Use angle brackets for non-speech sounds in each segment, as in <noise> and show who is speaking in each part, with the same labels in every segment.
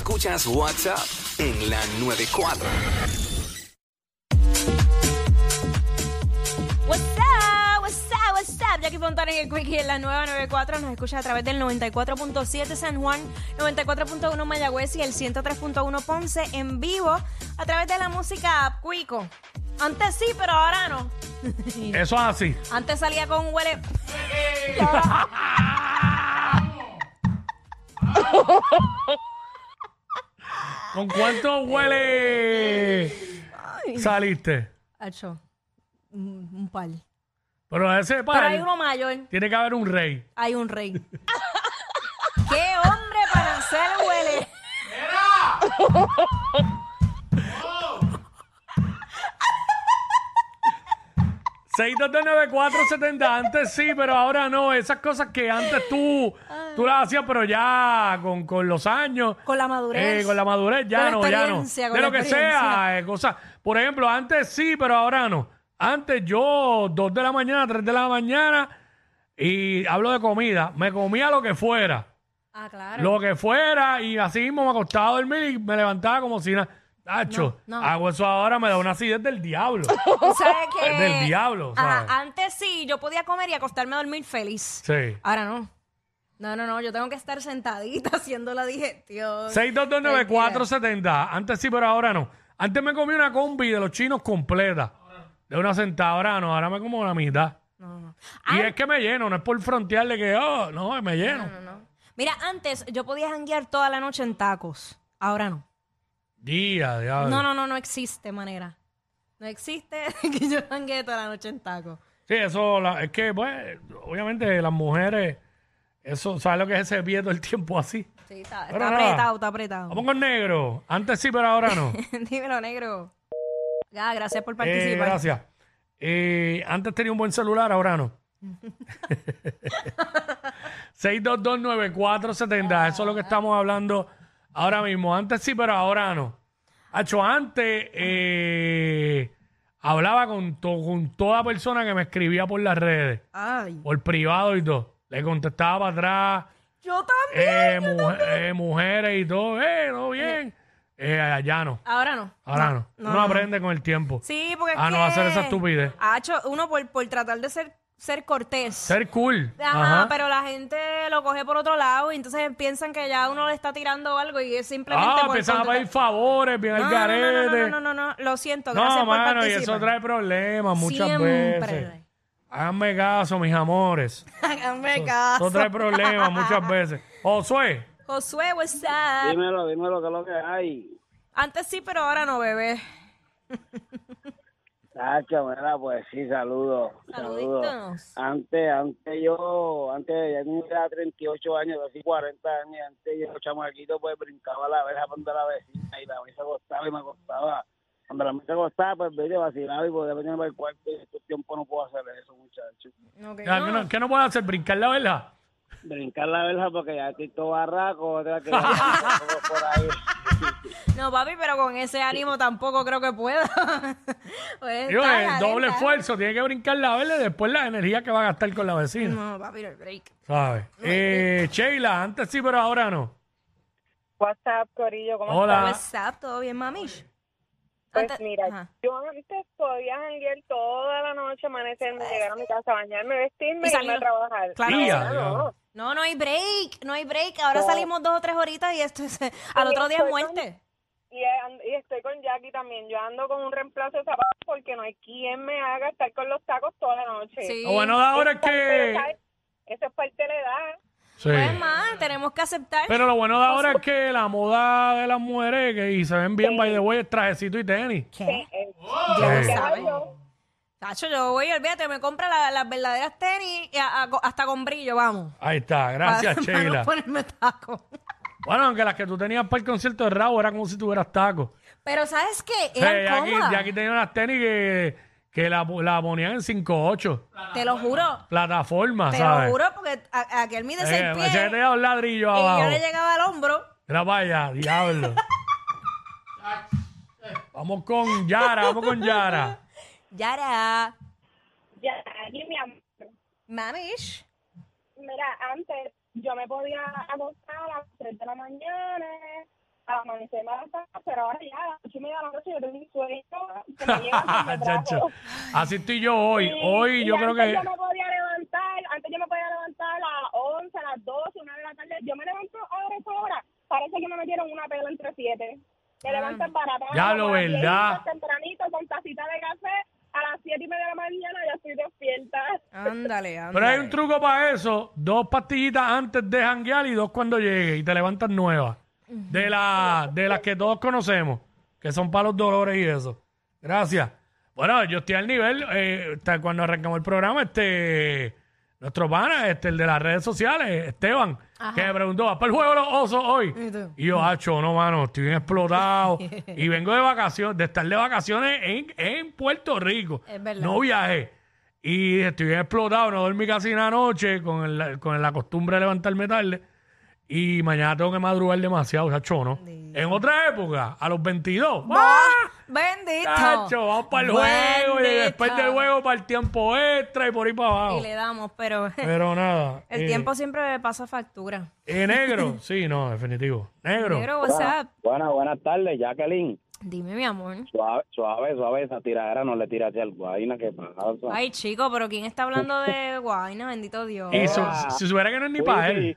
Speaker 1: Escuchas WhatsApp en la 94.
Speaker 2: What's up, what's up, what's up? Jackie Fontana en el Quickie en la nueva 94 nos escucha a través del 94.7 San Juan, 94.1 Mayagüez y el 103.1 Ponce en vivo a través de la música app Quico. Antes sí, pero ahora no.
Speaker 3: Eso es así.
Speaker 2: Antes salía con un huele. Y ahora-
Speaker 3: ¿Con cuánto huele saliste?
Speaker 2: Acho, un un par.
Speaker 3: Pero ese
Speaker 2: Pero
Speaker 3: par
Speaker 2: hay uno mayor,
Speaker 3: tiene que haber un rey.
Speaker 2: hay un rey. <laughs> ¡Qué hombre para hacer huele!
Speaker 3: setenta antes sí, pero ahora no. Esas cosas que antes tú, tú las hacías, pero ya con, con los años.
Speaker 2: Con la madurez.
Speaker 3: eh, con la madurez, ya
Speaker 2: Con la
Speaker 3: no, ya no.
Speaker 2: experiencia, con
Speaker 3: De
Speaker 2: la
Speaker 3: lo que
Speaker 2: experiencia.
Speaker 3: sea, eh, cosas. Por ejemplo, antes sí, pero ahora no. Antes yo, dos de la mañana, tres de la mañana, y hablo de comida, me comía lo que fuera.
Speaker 2: Ah, claro.
Speaker 3: lo que fuera y así mismo me acostaba a dormir y me levantaba como si nada. Tacho,
Speaker 2: No, no.
Speaker 3: hago eso ahora, me da una acidez
Speaker 2: <laughs>
Speaker 3: del diablo.
Speaker 2: Tú
Speaker 3: <laughs>
Speaker 2: sabes que.
Speaker 3: Es del diablo,
Speaker 2: Ajá,
Speaker 3: ¿sabes?
Speaker 2: antes sí, yo podía comer y acostarme a dormir feliz.
Speaker 3: sí.
Speaker 2: Ahora no. No, no, no, yo tengo que estar sentadita <laughs> haciendo la digestión.
Speaker 3: 6229470. Antes sí, pero ahora no. Antes me comí una combi de los chinos completa. De una sentada, ahora no, ahora me como la mitad. Y
Speaker 2: Ah.
Speaker 3: es que me lleno, no es por frontearle que, oh, no, me lleno.
Speaker 2: Mira, antes yo podía janguear toda la noche en tacos. Ahora no.
Speaker 3: Día, diablo.
Speaker 2: No, no, no, no existe manera. No existe <laughs> que yo janguee toda la noche en tacos.
Speaker 3: Sí, eso, la- es que, pues, obviamente las mujeres, eso, ¿sabes lo que es ese pie todo el tiempo así?
Speaker 2: Sí, está,
Speaker 3: Pero
Speaker 2: está
Speaker 3: nada.
Speaker 2: apretado, está apretado. <laughs>
Speaker 3: Vamos con negro. Antes sí, pero ahora no.
Speaker 2: Dímelo, negro. Ya, gracias por
Speaker 3: Eh,
Speaker 2: participar.
Speaker 3: gracias. Eh, antes tenía un buen celular, ahora no.
Speaker 2: <laughs> Ah.
Speaker 3: 6229470. Eso es lo que estamos hablando ahora mismo. Antes sí, pero ahora no. Hacho, antes eh, hablaba con, to- con toda persona que me escribía por las redes,
Speaker 2: Ay.
Speaker 3: por privado y todo. Le contestaba para atrás.
Speaker 2: Yo también.
Speaker 3: eh, mujer- eh, mujeres y todo. Eh, todo bien. Eh, allá no.
Speaker 2: Ahora no.
Speaker 3: Ahora no.
Speaker 2: no,
Speaker 3: Uno
Speaker 2: no.
Speaker 3: aprende con el tiempo.
Speaker 2: Sí, porque es
Speaker 3: Ah, no,
Speaker 2: que-
Speaker 3: hacer esa estupidez.
Speaker 2: Hacho, uno por, por tratar de ser, ser cortés.
Speaker 3: Ser cool.
Speaker 2: Ajá, pero la gente lo coge por otro lado y entonces piensan que ya uno le está tirando algo y es simplemente
Speaker 3: ah,
Speaker 2: por...
Speaker 3: empiezan a
Speaker 2: por-
Speaker 3: pedir favores, bien
Speaker 2: No, no,
Speaker 3: al
Speaker 2: no, no, no,
Speaker 3: garete.
Speaker 2: no, no, no, lo siento,
Speaker 3: No,
Speaker 2: gracias por
Speaker 3: mano, y
Speaker 2: participar.
Speaker 3: eso trae problemas muchas
Speaker 2: Siempre.
Speaker 3: veces. Háganme caso, mis amores.
Speaker 2: Háganme
Speaker 3: Eso
Speaker 2: caso. <laughs>
Speaker 3: trae problemas muchas veces. Josué,
Speaker 2: Josué, what's up?
Speaker 4: Dímelo, dímelo, que es lo que hay.
Speaker 2: Antes sí, pero ahora no, bebé.
Speaker 4: Tacho, mira, pues sí, saludos.
Speaker 2: Saluditos.
Speaker 4: saludos. Antes, antes yo, antes ya tenía 38 años, así 40 años, antes yo, chamaquito, pues brincaba la verja cuando la vecina y la mesa acostaba y me acostaba. Cuando la mesa acostaba, pues veía vacilaba y podía venir para el cuarto y en estos tiempos no puedo hacer eso, muchachos.
Speaker 2: Ok,
Speaker 3: ¿qué
Speaker 2: no.
Speaker 3: no, qué no puedes hacer? ¿Brincar la verdad?
Speaker 4: Brincar la verja porque ya estoy todo barraco, otra que ya tengo por ahí.
Speaker 2: No, papi, pero con ese ánimo tampoco creo que pueda. <laughs> Pues,
Speaker 3: Digo,
Speaker 2: está,
Speaker 3: el doble
Speaker 2: está.
Speaker 3: esfuerzo, tiene que brincar la verga y después la energía que va a gastar con la vecina.
Speaker 2: No, papi, no hay break.
Speaker 3: ¿Sabes? Eh, Sheila, antes sí, pero ahora no.
Speaker 5: WhatsApp, Corillo, ¿cómo
Speaker 3: Hola.
Speaker 2: What's up? ¿Todo bien, mami?
Speaker 5: Pues
Speaker 2: Oh, Antes-
Speaker 5: mira,
Speaker 2: Ajá.
Speaker 5: Yo antes podía janguear toda la noche, amanecerme, llegar a mi casa, bañarme, vestirme
Speaker 2: Pues Y
Speaker 5: y
Speaker 2: salir.
Speaker 5: irme a trabajar.
Speaker 2: Claro.
Speaker 3: Día,
Speaker 5: Ah, no.
Speaker 2: No, no hay break, no hay break. Ahora salimos dos o tres horitas y esto es, <laughs> al
Speaker 5: Oye,
Speaker 2: otro día es
Speaker 5: pues,
Speaker 2: muerte.
Speaker 5: y, an- y estoy con Jackie también. Yo ando con un reemplazo de zapatos porque no hay quien me haga estar con los tacos toda la noche.
Speaker 2: Sí.
Speaker 3: Lo Oh, bueno de ahora es
Speaker 5: Eso es parte de
Speaker 3: que...
Speaker 5: la edad. Eso es parte de la edad.
Speaker 3: Sí.
Speaker 2: Pues más, tenemos que aceptar.
Speaker 3: Pero lo bueno de ahora es que la moda de las mujeres que y se ven bien, by the way, es trajecito y tenis.
Speaker 2: ¿Qué?
Speaker 5: Eh,
Speaker 2: Ya
Speaker 3: Sí.
Speaker 2: lo sabes.
Speaker 5: diablo.
Speaker 2: Tacho, yo voy, olvídate, me compra la- las verdaderas tenis y a- a- hasta con brillo, vamos.
Speaker 3: Ahí está, gracias,
Speaker 2: <laughs> Para- para
Speaker 3: Sheila.
Speaker 2: no ponerme taco.
Speaker 3: Bueno, aunque las que tú tenías para el concierto de Raúl era como si tuvieras tacos. Eh,
Speaker 2: Pero ¿sabes qué?
Speaker 3: Sí,
Speaker 2: Eran
Speaker 3: Jackie,
Speaker 2: cómodas.
Speaker 3: Jackie tenía unas tenis que, que la, la ponían en 5.8,
Speaker 2: Te lo juro.
Speaker 3: plataforma,
Speaker 2: Te
Speaker 3: ¿sabes?
Speaker 2: lo juro, porque a- aquel mide seis
Speaker 3: Eh,
Speaker 2: pies
Speaker 3: se te da un ladrillo
Speaker 2: y
Speaker 3: abajo.
Speaker 2: yo le llegaba al hombro.
Speaker 3: Mira para allá, diablo. vamos con Yara, vamos con Yara.
Speaker 2: Yara,
Speaker 5: Ya, Jackie, mi amor.
Speaker 2: mamish.
Speaker 5: Mira, antes yo me podía acostar a las 3 de la mañana, al amanecer me acostaba, pero ahora ya a las 8 y media de la noche yo tengo un sueño que me
Speaker 3: <laughs>
Speaker 5: llega hasta el
Speaker 3: Chacho,
Speaker 5: brazo.
Speaker 3: Así estoy yo hoy.
Speaker 5: Y-
Speaker 3: Hoy
Speaker 5: y
Speaker 3: yo creo
Speaker 5: antes
Speaker 3: que...
Speaker 5: Yo me podía levantar, antes yo me podía levantar a las 11, a las 12, una de la tarde. Yo me levanto ahora esa hora, parece que me metieron una pela entre siete. Me levantan barata.
Speaker 3: Ah. Ya lo verdad.
Speaker 5: Tempranito, con tacita de café, a las 7 y media de la mañana ya estoy despierta.
Speaker 2: Ah. Ándale, ándale.
Speaker 3: Pero hay un truco para eso. Dos pastillitas antes de janguear y dos cuando llegue y te levantas nuevas. De, la, de las que todos conocemos, que son para los dolores y eso. Gracias. Bueno, yo estoy al nivel. eh, hasta cuando arrancamos el programa, este nuestro pana, este, el de las redes sociales, Esteban, que me preguntó, ¿vas para el juego de los osos hoy?
Speaker 2: tú?
Speaker 3: Y yo, hacho, no, mano, estoy bien explotado. y vengo de vacaciones, de estar de vacaciones en, en Puerto Rico.
Speaker 2: Es verdad.
Speaker 3: No viajé. Y dije, estoy bien explotado, no dormí casi una noche con, el- con la costumbre de levantarme tarde. Y mañana tengo que madrugar demasiado, chacho, ¿no? En otra época, a los 22. ¡ah!
Speaker 2: Bendito.
Speaker 3: Chacho, vamos para el juego y
Speaker 2: Bendito.
Speaker 3: después del juego para el tiempo extra y por ahí para abajo.
Speaker 2: Y le <laughs> damos, pero
Speaker 3: Pero nada.
Speaker 2: el
Speaker 3: eh,
Speaker 2: tiempo siempre me pasa factura.
Speaker 3: eh,
Speaker 2: <laughs>
Speaker 3: negro, sí, no, definitivo. Negro.
Speaker 2: Negro, WhatsApp.
Speaker 4: Bueno, buenas tardes, Jacqueline.
Speaker 2: Dime, mi amor.
Speaker 4: Suave, suave, suave esa tiradera, no le tira hacia el guayna, que pasa?
Speaker 2: Ay, chico, pero ¿quién está hablando de guayna? Bendito Dios.
Speaker 3: Y su- si supiera que no es ni para él.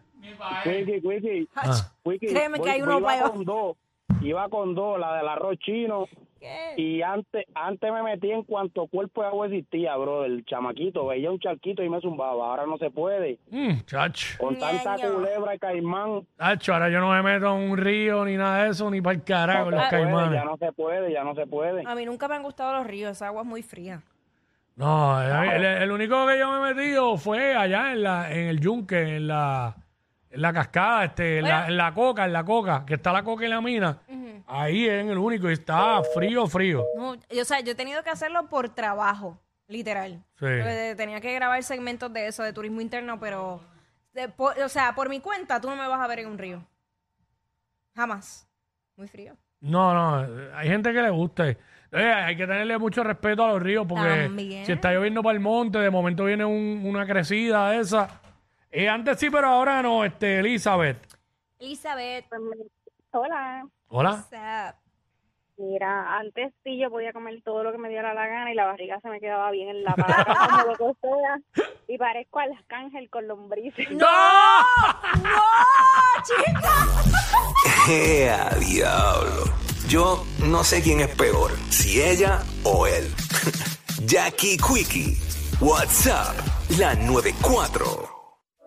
Speaker 4: Quickie, Quickie,
Speaker 2: Ach,
Speaker 4: Quickie.
Speaker 2: Créeme que hay uno
Speaker 4: iba
Speaker 2: para-
Speaker 4: con dos, iba con dos, la del arroz chino,
Speaker 2: ¿Qué?
Speaker 4: y antes antes me metí en cuanto cuerpo de agua existía, bro, el chamaquito, veía un charquito y me zumbaba, ahora no se puede,
Speaker 3: Mm, chacho.
Speaker 4: con tanta
Speaker 2: Ñaño.
Speaker 4: culebra y caimán,
Speaker 3: Chacho, ahora yo no me meto en un río ni nada de eso, ni para el carajo en los
Speaker 2: ah,
Speaker 4: no se puede, pues, ya
Speaker 3: caimanes.
Speaker 4: no se puede, ya no se puede.
Speaker 2: A mí nunca me han gustado los ríos, esa agua es muy fría.
Speaker 3: No, eh, el, el- el único que yo me he metido fue allá en, la, en el yunque, en la, en la cascada, este, en, la, en la coca, en la coca, que está la coca y la mina. Ahí es el único y está frío, frío.
Speaker 2: No, yo, o sea, yo he tenido que hacerlo por trabajo, literal.
Speaker 3: Sí.
Speaker 2: Porque tenía que grabar segmentos de eso, de turismo interno, pero, de- por- o sea, por mi cuenta, tú no me vas a ver en un río. Jamás. Muy frío.
Speaker 3: No, no, hay gente que le guste. Eh, hay que tenerle mucho respeto a los ríos porque
Speaker 2: También.
Speaker 3: si está lloviendo para el monte, de momento viene un- una crecida de esa. Eh, antes sí, pero ahora no, este, Elizabeth.
Speaker 2: Elizabeth,
Speaker 5: Hola.
Speaker 3: Hola.
Speaker 2: what's up?
Speaker 5: Mira, antes sí yo podía comer todo lo que me diera la gana y la barriga se me quedaba bien en la pata, <laughs> como lo que sea. Y parezco al cángel con lombrices.
Speaker 1: <laughs> ¡Ea, diablo! Yo no sé quién es peor, si ella o <laughs> él. Jackie Quickie, WhatsApp, la 94.